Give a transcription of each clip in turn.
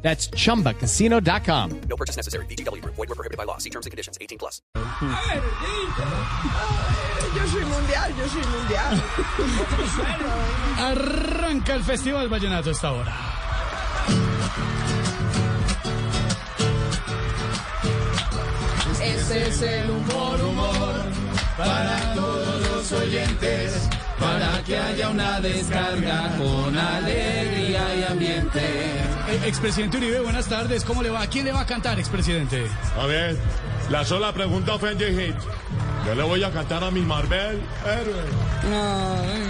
That's chumbacasino.com. No purchase necessary. BGW. Void were prohibited by law. See terms and conditions. 18 plus. A ver, Dieguito. Ay, Yo soy mundial, yo soy mundial. Arranca el Festival Vallenato a esta hora. Este Ese es el humor, humor. Para todos los oyentes, para que haya una descarga con alegría y ambiente. E, expresidente Uribe, buenas tardes. ¿Cómo le va? ¿Quién le va a cantar, expresidente? A ver, la sola pregunta ofende hit. Yo le voy a cantar a mi Marvel héroe.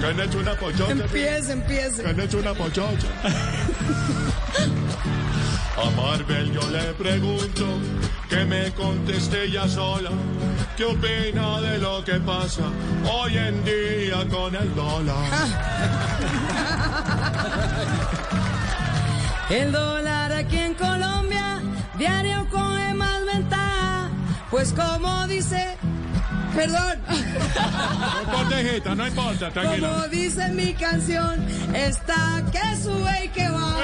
Que han hecho una pochocha. Empiece, Que empiece. han hecho una pochocha. A Marvel yo le pregunto que me conteste ella sola. ¿Qué opina de lo que pasa hoy en día con el dólar? El dólar aquí en Colombia diario coge más ventaja. Pues como dice, perdón, No importa, hijita, no importa, tranquila. como dice mi canción, está que sube y que baja.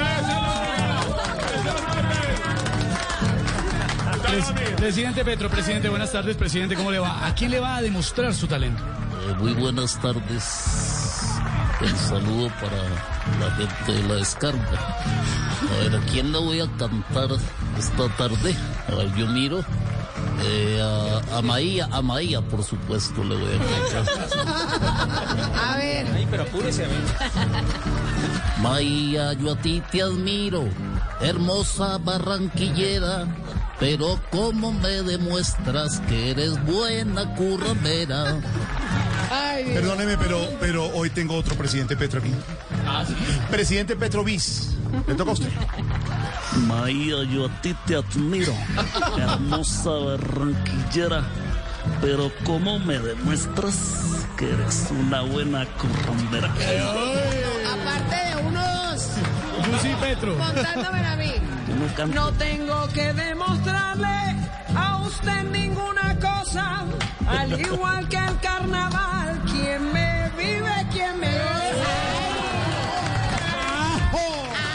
¡Esa es la mía! ¡Esa es la mía! ¡Esa es la mía! Presidente Petro, presidente, buenas tardes, presidente. ¿Cómo le va? ¿A quién le va a demostrar su talento? Eh, Muy buenas tardes. El saludo para la gente de la descarga. A ver, ¿a quién le voy a cantar esta tarde? A ver, yo miro. Eh, a, a Maía, a Maía, por supuesto, le voy a cantar. A ver, Maía, yo a ti te admiro, hermosa barranquillera, pero cómo me demuestras que eres buena curramera. ay, Dios. Perdóneme, pero, pero hoy tengo otro presidente Petro aquí. Presidente Petro Bis. ¿Le toca a usted? Maía, yo a ti te admiro, hermosa barranquillera, pero ¿cómo me demuestras que eres una buena currumbera? aparte de unos Lucy Petro. contándome a mí. No tengo que demostrarle a usted ninguna cosa, al igual que el carnaval, quien me vive, quien me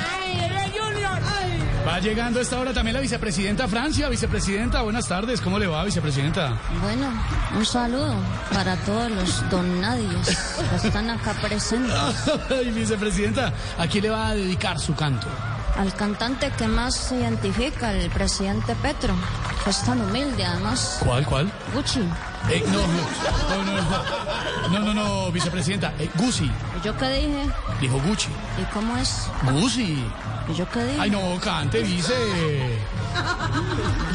¡Ay, eres Junior! ¡Ay! Va llegando a esta hora también la vicepresidenta Francia. Vicepresidenta, buenas tardes. ¿Cómo le va, vicepresidenta? Bueno, un saludo para todos los donadios que están acá presentes. Ay, vicepresidenta, ¿a quién le va a dedicar su canto? Al cantante que más se identifica, el presidente Petro, que es tan humilde además, ¿Cuál, cuál? Gucci. Eh, no, no, no, no, no, no, no, vicepresidenta. Eh, Gucci, ¿Yo qué dije? dijo Gucci. ¿Y cómo es? Gucci. ¿Y yo qué Ay, dije? no, cante, dice.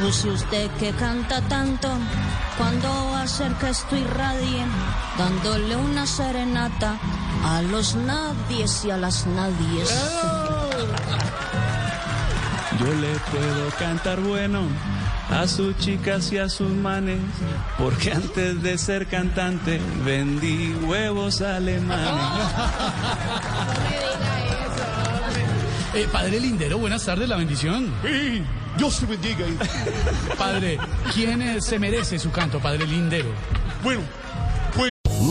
Gucci, usted que canta tanto, ¿cuándo va a ser que esto irradie? Dándole una serenata a los nadies y a las nadies. Yo le puedo cantar bueno a sus chicas y a sus manes, porque antes de ser cantante vendí huevos Ah. alemanes. Eh, padre Lindero, buenas tardes, la bendición. ¡Sí! Dios te bendiga. hija. Padre, ¿quién eh, se merece su canto, padre Lindero? Bueno, pues,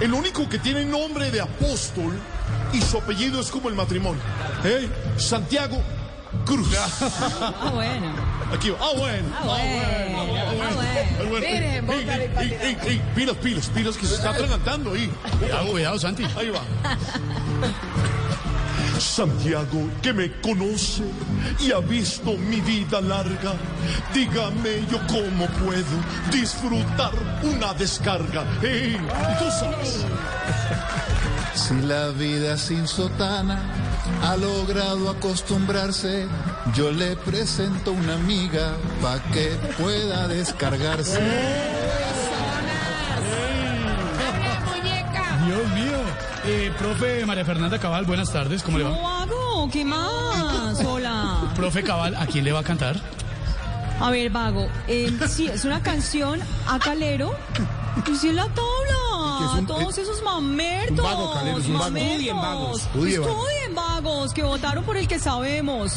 el único que tiene nombre de apóstol y su apellido es como el matrimonio. ¿Eh? Santiago Cruz. Ah, bueno. Aquí va. Ah, bueno. Ah, bueno. Ah, bueno. Miren, Ey, bótale ey, pa' ey, tirar. ey, ey, pilas, pilas, pilas, que se está atragantando ahí. Cuidado, cuidado, Santi. Ahí va. Santiago, que me conoce y ha visto mi vida larga, dígame yo cómo puedo disfrutar una descarga. ¡Ey! Tú sabes. Si la vida sin sotana ha logrado acostumbrarse, yo le presento una amiga para que pueda descargarse. Dios mío. Eh, profe María Fernanda Cabal, buenas tardes, ¿cómo le va? ¿Cómo hago? ¿Qué más? Hola. Profe Cabal, ¿a quién le va a cantar? A ver, vago. eh, sí, es una canción a Calero. Y sí, es la que es tabla. un- Todos eh, esos mamertos. un vago, Calero, es un vago. mamertos. Estudien, vagos. Estudie, vago. Estudien, vagos, que votaron por el que sabemos.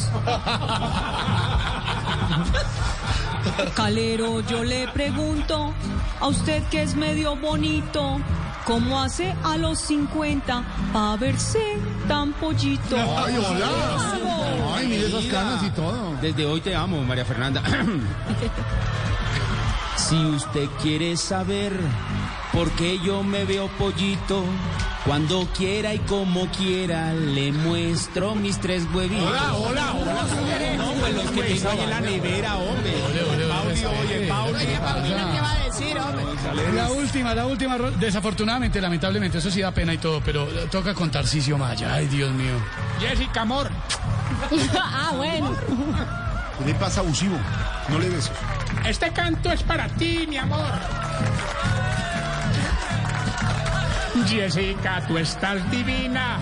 Calero, yo le pregunto a usted que es medio bonito. ¿Cómo hace a los 50 para verse tan pollito? Ay, hola. Ay, mire esas canas y todo. Desde hoy te amo, María Fernanda. si usted quiere saber por qué yo me veo pollito, cuando quiera y como quiera, le muestro mis tres huevitos. Hola, hola, hola. No, pues los que tengo ahí en la nevera, hombre. este, Pauli, oye, Pauli. ¿Qué va a decir, hombre? La última, la última, Ro- desafortunadamente, lamentablemente, eso sí da pena y todo, pero toca con Tarcisio Maya, ay Dios mío. Jessica Amor. ah, bueno. ¿Qué le pasa abusivo? No le beso. Este canto es para ti, mi amor. Jessica, tú estás divina.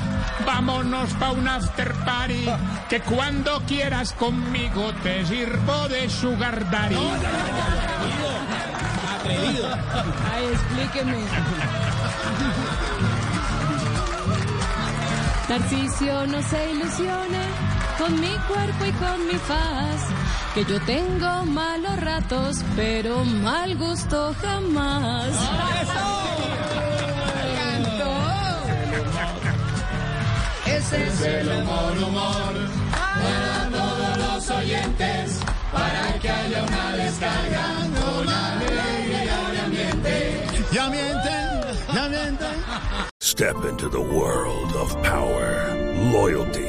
Vámonos pa' un after party. Que cuando quieras conmigo te sirvo de sugar daddy. Atrevido. Ay, explíqueme. Narcisio no se ilusione con mi cuerpo y con mi faz, que yo tengo malos ratos, pero mal gusto jamás. Ese es el humor, humor para todos los oyentes, para que haya una descarga con alegría y ambiente. Ya mienten, ya mienten. Step into the world of power, loyalty,